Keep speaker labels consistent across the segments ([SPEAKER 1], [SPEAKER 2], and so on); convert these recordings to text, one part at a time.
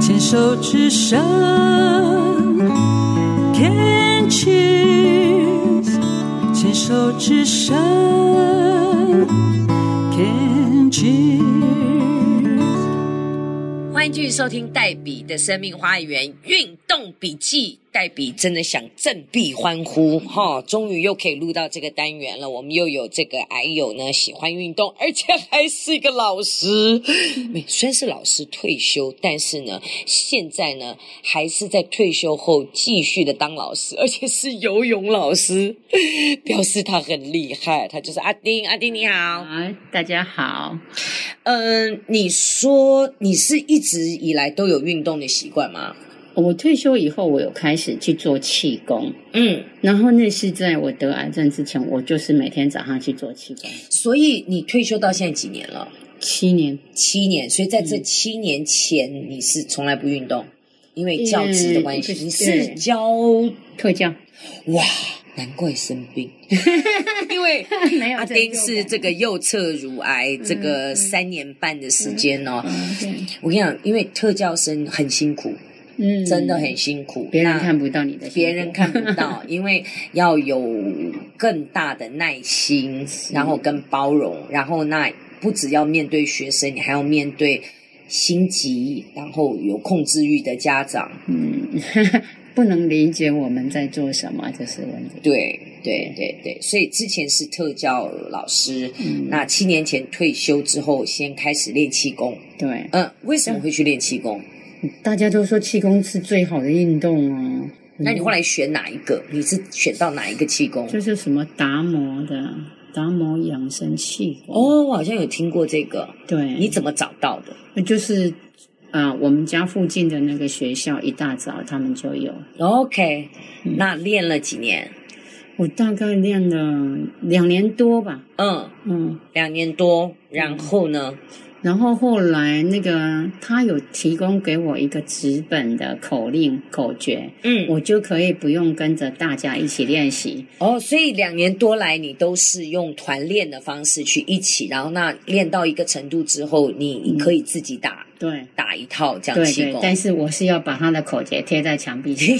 [SPEAKER 1] 牵手之声，Can cheers，牵手之声，Can cheers。
[SPEAKER 2] 欢迎继续收听黛比的生命花园运动笔记。黛比真的想振臂欢呼哈、终于又可以录到这个单元了。我们又有这个癌友呢，喜欢运动，而且还是一个老师。没虽然是老师退休，但是呢，现在呢还是在退休后继续的当老师，而且是游泳老师，表示他很厉害。他就是阿丁，阿丁你好。
[SPEAKER 3] 好，大家好。
[SPEAKER 2] 嗯，你说你是一直以来都有运动的习惯吗？
[SPEAKER 3] 我退休以后，我有开始去做气功，
[SPEAKER 2] 嗯，
[SPEAKER 3] 然后那是在我得癌症之前，我就是每天早上去做气功，
[SPEAKER 2] 所以你退休到现在几年了？
[SPEAKER 3] 七年。
[SPEAKER 2] 七年，所以在
[SPEAKER 3] 嗯
[SPEAKER 2] 这七年前，你是从来不运动，因为教职的关系，
[SPEAKER 3] 嗯
[SPEAKER 2] 你是
[SPEAKER 3] 对
[SPEAKER 2] 教
[SPEAKER 3] 退 教
[SPEAKER 2] 哇，难怪生 病，因为
[SPEAKER 3] 没有
[SPEAKER 2] 阿丁是这个右侧乳癌，这个三年半的时间哦。
[SPEAKER 3] 嗯
[SPEAKER 2] 我跟你讲，因为特教生很辛苦，
[SPEAKER 3] 嗯
[SPEAKER 2] 真的很辛苦，
[SPEAKER 3] 别人
[SPEAKER 2] 那
[SPEAKER 3] 嗯看不到你的，
[SPEAKER 2] 别人看不 到，因为要有更大的耐心，然后跟包容，然后那不只要面对学生，你还要面对心急，然后有控制欲的家长。
[SPEAKER 3] 嗯， 不能理解我们在做什么，这是问题。
[SPEAKER 2] 对对对对，所以之前是特教老师，
[SPEAKER 3] 嗯
[SPEAKER 2] 那七年前退休之后，先开始练气功。
[SPEAKER 3] 对，
[SPEAKER 2] 嗯，为什么会去练气功？
[SPEAKER 3] 大家都说气功是最好的运动哦。
[SPEAKER 2] 那你后来选哪一个？你是选到哪一个气功？
[SPEAKER 3] 就是什么达摩的达摩养生气功，
[SPEAKER 2] 哦，我好像有听过这个，
[SPEAKER 3] 对，
[SPEAKER 2] 你怎么找到的？
[SPEAKER 3] 就是啊、我们家附近的那个学校，一大早他们就有。
[SPEAKER 2] OK，
[SPEAKER 3] 嗯
[SPEAKER 2] 那练了几年？
[SPEAKER 3] 我大概练了两年多吧，
[SPEAKER 2] 嗯，
[SPEAKER 3] 嗯，
[SPEAKER 2] 两年多。然后呢？
[SPEAKER 3] 然后后来那个他有提供给我一个纸本的口令口诀，
[SPEAKER 2] 嗯，
[SPEAKER 3] 我就可以不用跟着大家一起练习。
[SPEAKER 2] 哦，所以两年多来，你都是用团练的方式去一起，然后那练到一个程度之后，你可以自己打、
[SPEAKER 3] 对
[SPEAKER 2] 打一套这样
[SPEAKER 3] 对
[SPEAKER 2] 气
[SPEAKER 3] 对
[SPEAKER 2] 功，。
[SPEAKER 3] 但是我是要把他的口诀贴在墙 壁上。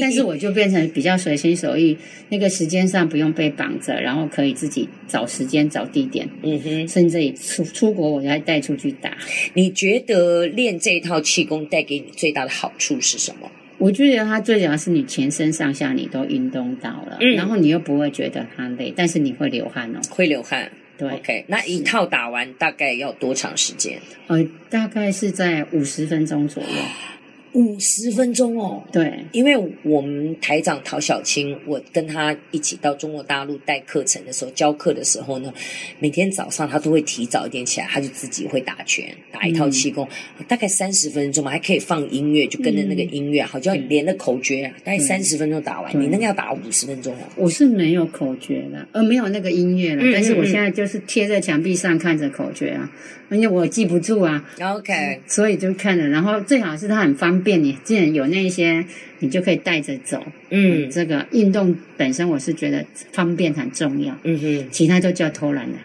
[SPEAKER 3] 但是我就变成比较随心所欲，那个时间上不用被绑着，然后可以自己找时间、找地点，
[SPEAKER 2] 嗯哼，
[SPEAKER 3] 甚至于出出国我还带出去打。
[SPEAKER 2] 你觉得练这套气功带给你最大的好处是什么？
[SPEAKER 3] 我觉得它最主要是你全身上下你都运动到了，
[SPEAKER 2] 嗯
[SPEAKER 3] 然后你又不会觉得它累，但是你会流汗哦。
[SPEAKER 2] 会流汗。
[SPEAKER 3] 对
[SPEAKER 2] OK，那一套打完大概要多长时间？
[SPEAKER 3] 呃，大概是在五十分钟左右。
[SPEAKER 2] 五十分钟哦。
[SPEAKER 3] 对，
[SPEAKER 2] 因为我们台长陶小青，我跟他一起到中国大陆带课程的时候，教课的时候呢，每天早上他都会提早一点起来，他就自己会打拳，打一套气功，
[SPEAKER 3] 嗯
[SPEAKER 2] 大概三十分钟嘛，还可以放音乐，就跟着那个音乐，好像连了口诀，啊大概三十分钟打完。
[SPEAKER 3] 对
[SPEAKER 2] 你那个要打五十分钟哦。
[SPEAKER 3] 我是没有口诀的，呃，没有那个音乐了，
[SPEAKER 2] 嗯
[SPEAKER 3] 但是
[SPEAKER 2] 嗯
[SPEAKER 3] 我
[SPEAKER 2] 嗯
[SPEAKER 3] 现在就是贴在墙壁上看着口诀啊，因为我记不住啊，
[SPEAKER 2] OK，
[SPEAKER 3] 所以就看了。然后最好是它很方便，你既然有那一些，你就可以带着走。
[SPEAKER 2] 嗯
[SPEAKER 3] 这个运动本身我是觉得方便很重要，
[SPEAKER 2] 嗯哼，
[SPEAKER 3] 其他都叫偷懒了。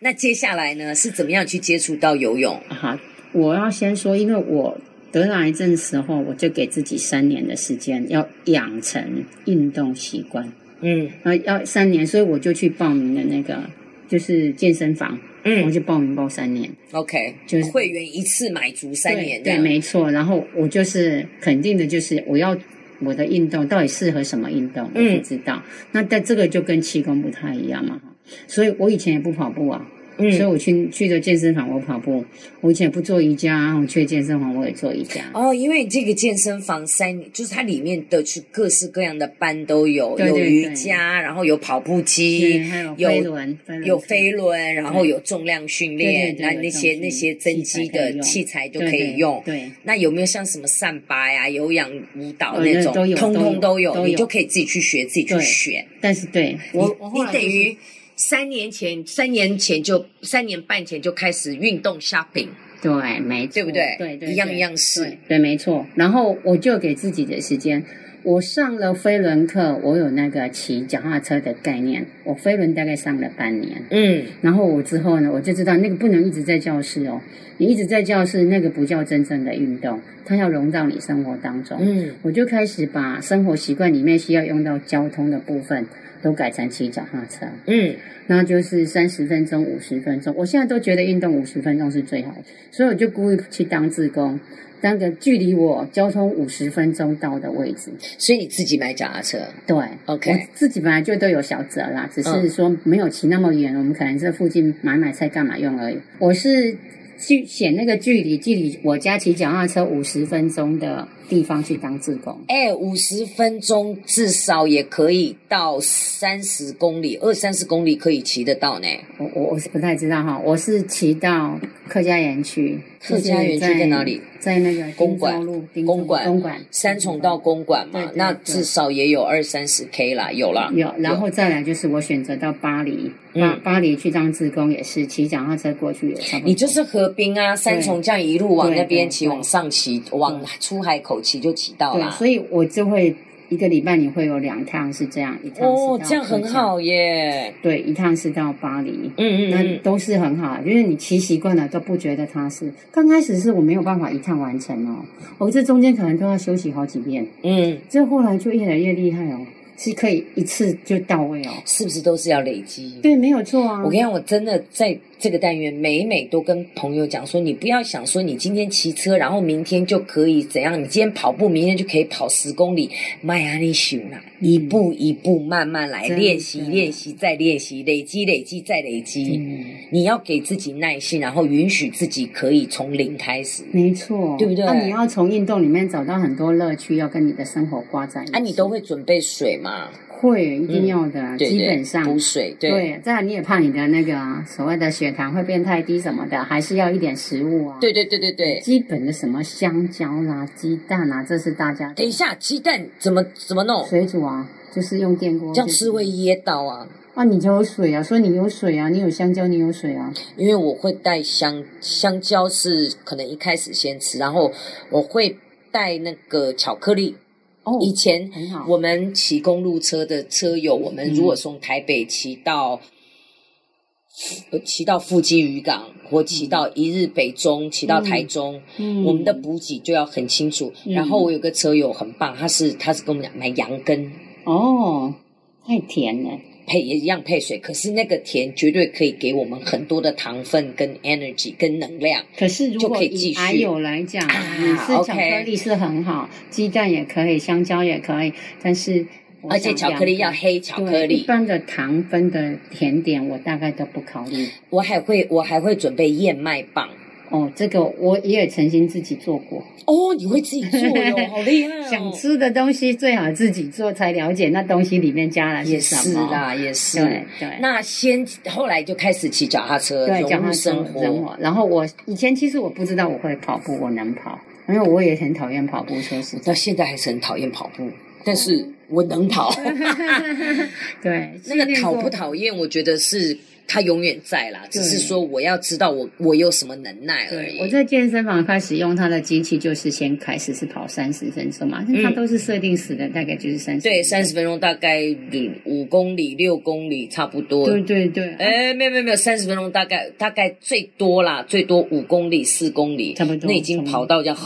[SPEAKER 2] 那接下来呢是怎么样去接触到游泳？
[SPEAKER 3] 好，我要先说，因为我得癌症时候，我就给自己三年的时间要养成运动习惯，
[SPEAKER 2] 嗯
[SPEAKER 3] 呃，要三年，所以我就去报名了那个就是健身房，我
[SPEAKER 2] 嗯
[SPEAKER 3] 就报名报三年，
[SPEAKER 2] ，OK，
[SPEAKER 3] 就是
[SPEAKER 2] 会员一次买足三年这
[SPEAKER 3] 对，
[SPEAKER 2] 样
[SPEAKER 3] 对，没错。然后我就是肯定的，就是我要。我的运动到底适合什么运动？我
[SPEAKER 2] 嗯
[SPEAKER 3] 不知道。那但这个就跟气功不太一样嘛，所以我以前也不跑步啊，所以
[SPEAKER 2] 嗯。
[SPEAKER 3] 我去去的健身房我跑步，我以前也不做瑜伽，我去健身房我也做瑜伽。
[SPEAKER 2] 哦，因为这个健身房三，就是它里面的是各式各样的班都有，
[SPEAKER 3] 对对对
[SPEAKER 2] 有瑜伽，然后有跑步
[SPEAKER 3] 是
[SPEAKER 2] 机，
[SPEAKER 3] 还有
[SPEAKER 2] 有
[SPEAKER 3] 飞轮，飞轮
[SPEAKER 2] 有
[SPEAKER 3] 可以
[SPEAKER 2] 飞轮，然后有重量训
[SPEAKER 3] 对
[SPEAKER 2] 练，
[SPEAKER 3] 对对
[SPEAKER 2] 那那
[SPEAKER 3] 有重
[SPEAKER 2] 些
[SPEAKER 3] 训
[SPEAKER 2] 那些增肌的器材都
[SPEAKER 3] 对
[SPEAKER 2] 可以用。
[SPEAKER 3] 对，
[SPEAKER 2] 那有没有像什么散八呀、有氧舞蹈
[SPEAKER 3] 呃
[SPEAKER 2] 那种，
[SPEAKER 3] 都有
[SPEAKER 2] 通通
[SPEAKER 3] 都有
[SPEAKER 2] 有，
[SPEAKER 3] 都有
[SPEAKER 2] 你就可以自己去学，自己去
[SPEAKER 3] 对
[SPEAKER 2] 选。
[SPEAKER 3] 但是对我我
[SPEAKER 2] 你
[SPEAKER 3] 后
[SPEAKER 2] 你
[SPEAKER 3] 来
[SPEAKER 2] 等
[SPEAKER 3] 就是
[SPEAKER 2] 于三年前、三年前就三年半前就开始运动 shopping，
[SPEAKER 3] 对没错
[SPEAKER 2] 对不对？
[SPEAKER 3] 哦对对
[SPEAKER 2] 一样
[SPEAKER 3] 对
[SPEAKER 2] 一样是
[SPEAKER 3] 对。对没错。然后我就给自己的时间，我上了飞轮课，我有那个骑脚踏车的概念，我飞轮大概上了半年，
[SPEAKER 2] 嗯
[SPEAKER 3] 然后我之后呢，我就知道那个不能一直在教室哦，你一直在教室，那个不叫真正的运动，它要融到你生活当中。
[SPEAKER 2] 嗯
[SPEAKER 3] 我就开始把生活习惯里面需要用到交通的部分都改成骑脚踏车，
[SPEAKER 2] 嗯
[SPEAKER 3] 那就是三十分钟、五十分钟。我现在都觉得运动五十分钟是最好的，所以我就故意去当志工，当个距离我交通五十分钟到的位置。
[SPEAKER 2] 所以你自己买脚踏车
[SPEAKER 3] 对
[SPEAKER 2] OK
[SPEAKER 3] 我自己本来就都有小折啦，只
[SPEAKER 2] 嗯
[SPEAKER 3] 是说没有骑那么远，我们可能这附近买买菜干嘛用而已。我是去选那个距离，距离我家骑脚踏车五十分钟的地方去当志工。
[SPEAKER 2] 哎，五十分钟至少也可以到三十公里，二三十公里可以骑得到呢。
[SPEAKER 3] 我我我是不太知道哈，我是骑到客家园区，
[SPEAKER 2] 客家园区在哪里？
[SPEAKER 3] 在那个
[SPEAKER 2] 公馆
[SPEAKER 3] 汀州路，汀州
[SPEAKER 2] 公馆
[SPEAKER 3] 公馆
[SPEAKER 2] 三重到公馆嘛，
[SPEAKER 3] 对对对
[SPEAKER 2] 那至少也有二三十 K 啦，有啦。
[SPEAKER 3] 有，然后再来就是我选择到巴黎，巴、
[SPEAKER 2] 嗯
[SPEAKER 3] 巴黎去当志工也是骑脚踏车过去也差不多。
[SPEAKER 2] 你就是河滨啊，三重这样一路往那边骑，
[SPEAKER 3] 对对
[SPEAKER 2] 往上骑，往出海口骑就骑到
[SPEAKER 3] 对，
[SPEAKER 2] 啦。
[SPEAKER 3] 所以我就会一个礼拜你会有两趟是这样，一趟是到
[SPEAKER 2] 哦，这样
[SPEAKER 3] 客
[SPEAKER 2] 很
[SPEAKER 3] 家，
[SPEAKER 2] 好耶。
[SPEAKER 3] 对，一趟是到巴黎。
[SPEAKER 2] 嗯
[SPEAKER 3] 那
[SPEAKER 2] 嗯
[SPEAKER 3] 都是很好，因为你骑习惯了都不觉得它是。刚开始是我没有办法一趟完成哦，我这中间可能都要休息好几遍。
[SPEAKER 2] 嗯嗯，
[SPEAKER 3] 这后来就越来越厉害哦，是可以一次就到位哦。
[SPEAKER 2] 是不是都是要累积？
[SPEAKER 3] 对，没有错啊。
[SPEAKER 2] 我跟你讲，我真的在这个单元每每都跟朋友讲说，你不要想说你今天骑车，然后明天就可以怎样，你今天跑步，明天就可以跑十公里，迈阿密修啦，
[SPEAKER 3] 嗯
[SPEAKER 2] 一步一步慢慢来，
[SPEAKER 3] 真的
[SPEAKER 2] 练习练习再练习，累积累积再累积。
[SPEAKER 3] 嗯，
[SPEAKER 2] 你要给自己耐心，然后允许自己可以从零开始。
[SPEAKER 3] 没错，
[SPEAKER 2] 对不对
[SPEAKER 3] 那、你要从运动里面找到很多乐趣，要跟你的生活挂在一起。
[SPEAKER 2] 啊，你都会准备水嘛？
[SPEAKER 3] 会一定要的啊，
[SPEAKER 2] 对
[SPEAKER 3] 基
[SPEAKER 2] 对
[SPEAKER 3] 本上
[SPEAKER 2] 补水，对，
[SPEAKER 3] 对，再来你也怕你的那个啊所谓的血糖会变太低什么的，还是要一点食物啊。
[SPEAKER 2] 对对对对对。
[SPEAKER 3] 基本的什么香蕉啦、鸡蛋啦，这是大家
[SPEAKER 2] 等一下，鸡蛋怎么怎么弄？
[SPEAKER 3] 水煮啊，就是用电锅。
[SPEAKER 2] 这样吃会噎到啊！
[SPEAKER 3] 啊，你就有水啊，所以你有水啊，你有香蕉，你有水啊。
[SPEAKER 2] 因为我会带香香蕉是可能一开始先吃，然后我会带那个巧克力。
[SPEAKER 3] 哦
[SPEAKER 2] 以前
[SPEAKER 3] 很好
[SPEAKER 2] 我们骑公路车的车友，我们如
[SPEAKER 3] 嗯
[SPEAKER 2] 果从台北骑到、呃骑到富基渔港，或骑到一日北中，骑到台中，
[SPEAKER 3] 嗯
[SPEAKER 2] 我们的补给就要很清楚。
[SPEAKER 3] 嗯
[SPEAKER 2] 然后我有个车友很棒，他是他是跟我们讲买羊羹。
[SPEAKER 3] 哦，太甜了。
[SPEAKER 2] 配也一样配水，可是那个甜绝对可以给我们很多的糖分、跟 energy、跟能量。
[SPEAKER 3] 可是如
[SPEAKER 2] 就可
[SPEAKER 3] 果
[SPEAKER 2] 以继
[SPEAKER 3] 以
[SPEAKER 2] 续
[SPEAKER 3] 还有来讲，
[SPEAKER 2] 啊
[SPEAKER 3] 你吃巧
[SPEAKER 2] OK
[SPEAKER 3] 克力是很好，鸡蛋也可以，香蕉也可以，但是我
[SPEAKER 2] 而且
[SPEAKER 3] 想
[SPEAKER 2] 巧克力
[SPEAKER 3] 两
[SPEAKER 2] 要
[SPEAKER 3] 个
[SPEAKER 2] 黑巧克
[SPEAKER 3] 对一
[SPEAKER 2] 力，
[SPEAKER 3] 般的糖分的甜点我大概都不考虑。
[SPEAKER 2] 我还会我还会准备燕麦棒。
[SPEAKER 3] 哦，这个我也曾经自己做过。
[SPEAKER 2] 哦，你会自己做 哟，好厉害哦！
[SPEAKER 3] 想吃的东西最好自己做，才了解那东西里面加了
[SPEAKER 2] 也
[SPEAKER 3] 什
[SPEAKER 2] 是
[SPEAKER 3] 么。
[SPEAKER 2] 啦，也是。
[SPEAKER 3] 对对。
[SPEAKER 2] 那先后来就开始骑脚踏车，
[SPEAKER 3] 对，
[SPEAKER 2] 融
[SPEAKER 3] 讲
[SPEAKER 2] 入
[SPEAKER 3] 到
[SPEAKER 2] 生
[SPEAKER 3] 人
[SPEAKER 2] 活。
[SPEAKER 3] 我，然后我以前其实我不知道我会跑步，我能跑，因为我也很讨厌跑步，说实在。
[SPEAKER 2] 到现在还是很讨厌跑步，但 是我能跑。
[SPEAKER 3] 对，
[SPEAKER 2] 那个讨
[SPEAKER 3] 训
[SPEAKER 2] 不
[SPEAKER 3] 练过？
[SPEAKER 2] 讨厌，我觉得是它永远在啦，只
[SPEAKER 3] 对
[SPEAKER 2] 是说我要知道我我有什么能耐而
[SPEAKER 3] 对
[SPEAKER 2] 已。，
[SPEAKER 3] 我在健身房开始用它的机器，就是先开始是跑三十分钟嘛，但它都是设定死的，大概就是三十。
[SPEAKER 2] 嗯对，三十分钟大概嗯五公里、六公里差不多。
[SPEAKER 3] 对对对，
[SPEAKER 2] 哎，没有没有没有，三十分钟大概大概最多啦，最多五公里、四公里，
[SPEAKER 3] 差不多
[SPEAKER 2] 那已经
[SPEAKER 3] 差不多
[SPEAKER 2] 跑到这样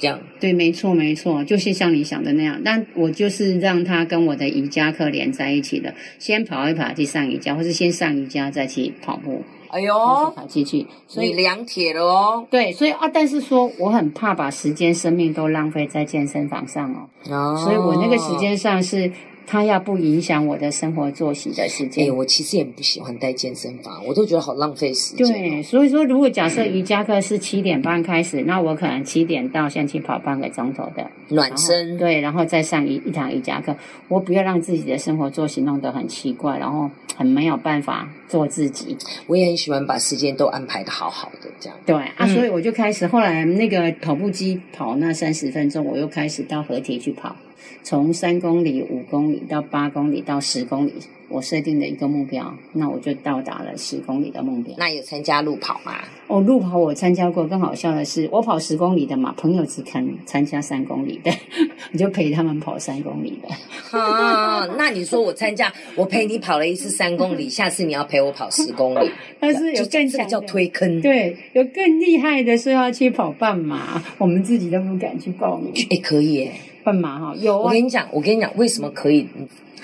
[SPEAKER 2] 这样，
[SPEAKER 3] 对，没错，没错，就是像你想的那样。但我就是让他跟我的瑜伽课连在一起的，先跑一跑去上瑜伽，或是先上瑜伽再去跑步，再
[SPEAKER 2] 哎
[SPEAKER 3] 去
[SPEAKER 2] 呦，
[SPEAKER 3] 跑进去。所
[SPEAKER 2] 你
[SPEAKER 3] 以
[SPEAKER 2] 量铁了哦。
[SPEAKER 3] 对，所以啊，但是说我很怕把时间、生命都浪费在健身房上哦，
[SPEAKER 2] 哦
[SPEAKER 3] 所以我那个时，间上是他要不影响我的生活作息的时
[SPEAKER 2] 哎、
[SPEAKER 3] 间。
[SPEAKER 2] 我其实也不喜欢待健身房，我都觉得好浪费时间、哦
[SPEAKER 3] 对，，所以说，如果假设瑜伽课是七点半开始，那我可能七点到先去跑半个钟头的，
[SPEAKER 2] 暖
[SPEAKER 3] 然后
[SPEAKER 2] 身，
[SPEAKER 3] 对，然后再上一一堂瑜伽课。我不要让自己的生活作息弄得很奇怪，然后很没有办法做自己。
[SPEAKER 2] 我也很喜欢把时间都安排的好好的这样。
[SPEAKER 3] 对啊，
[SPEAKER 2] 嗯
[SPEAKER 3] 所以我就开始后来那个跑步机跑那三十分钟，我又开始到合体去跑，从三公里、五公里到八公里到十公里，我设定的一个目标，那我就到达了十公里的目标。
[SPEAKER 2] 那有参加路跑吗？
[SPEAKER 3] 哦，路跑我参加过，更好笑的是，我跑十公里的嘛，朋友只肯参加三公里的， 你就陪他们跑三公里的。
[SPEAKER 2] 啊，那你说我参加，我陪你跑了一次三公里，下次你要陪我跑十公 里，
[SPEAKER 3] 但是有
[SPEAKER 2] 就
[SPEAKER 3] 更
[SPEAKER 2] 这个
[SPEAKER 3] 强
[SPEAKER 2] 叫
[SPEAKER 3] 的
[SPEAKER 2] 推坑。
[SPEAKER 3] 对，有更厉害的是要去跑半马，我们自己都不敢去报名。
[SPEAKER 2] 哎，可以耶！
[SPEAKER 3] 半马哈、有
[SPEAKER 2] 我
[SPEAKER 3] 啊，
[SPEAKER 2] 跟你讲，我跟你讲，为什么可以？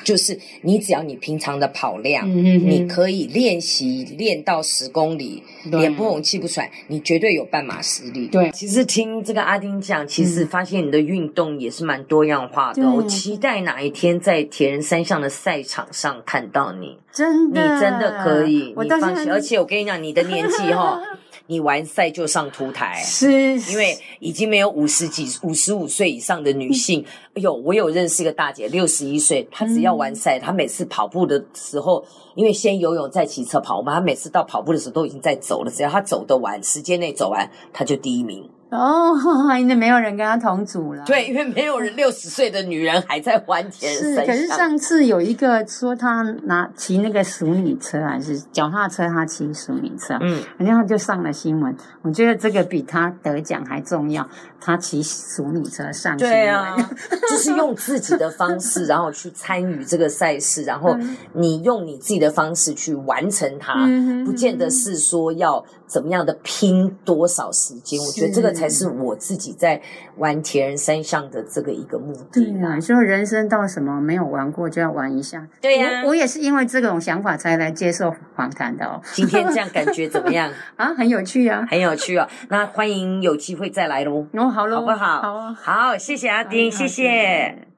[SPEAKER 2] 就是你只要你平常的跑量，
[SPEAKER 3] 嗯哼哼
[SPEAKER 2] 你可以练习练到十公里，
[SPEAKER 3] 对
[SPEAKER 2] 脸不红气不喘，你绝对有半马实力。
[SPEAKER 3] 对
[SPEAKER 2] 其实听这个阿丁讲，其实发现你的运动也是蛮多样化的。
[SPEAKER 1] 嗯对
[SPEAKER 2] 我期待哪一天在铁人三项的赛场上看到你，
[SPEAKER 1] 真
[SPEAKER 2] 你真的可以，
[SPEAKER 1] 我
[SPEAKER 2] 你
[SPEAKER 1] 到
[SPEAKER 2] 放
[SPEAKER 1] 现
[SPEAKER 2] 心。
[SPEAKER 1] 在
[SPEAKER 2] 而且我跟你讲，你的年 纪哈、你完赛就上凸台。
[SPEAKER 1] 是
[SPEAKER 2] 因为已经没有五十几、五十五岁以上的女性。哎呦，我有认识一个大姐，六十一岁，她只要完赛，她每次跑步的时候，因为先游泳再骑车跑嘛，她每次到跑步的时候都已经在走了。只要她走得完，时间内走完，她就第一名。
[SPEAKER 1] 哦，因为没有人跟他同组
[SPEAKER 3] 啊
[SPEAKER 1] 了。
[SPEAKER 2] 对，因为没有人六十岁的女人还在玩铁人
[SPEAKER 3] 是，
[SPEAKER 2] 三
[SPEAKER 3] 可是
[SPEAKER 2] 项。
[SPEAKER 3] 上次有一个说他拿骑那个淑女车还是脚踏车，他骑淑女车，
[SPEAKER 2] 嗯，
[SPEAKER 3] 然后就上了新闻。我觉得这个比他得奖还重要，他骑淑女车上新闻。
[SPEAKER 2] 对啊， 就是用自己的方式，然后去参与这个赛事，然后你用你自己的方式去完成它，
[SPEAKER 1] 嗯哼
[SPEAKER 2] 不见得是说要怎么样的拼多少时间。我觉得这个才是我自己在玩铁人三项的这个一个目的
[SPEAKER 3] 对。啊，说人生到什么没有玩过就要玩一下。
[SPEAKER 2] 对啊呀
[SPEAKER 3] 我我也是因为这种想法才来接受访谈的哦。
[SPEAKER 2] 今天这样感觉怎么样？
[SPEAKER 3] 啊，很有趣啊。
[SPEAKER 2] 很有趣哦。那欢迎有机会再来喽，
[SPEAKER 3] 哦，好喽，
[SPEAKER 2] 好不好？
[SPEAKER 3] 好啊，
[SPEAKER 2] 好，谢谢阿丁，
[SPEAKER 3] 好
[SPEAKER 2] 谢
[SPEAKER 3] 谢谢
[SPEAKER 2] 谢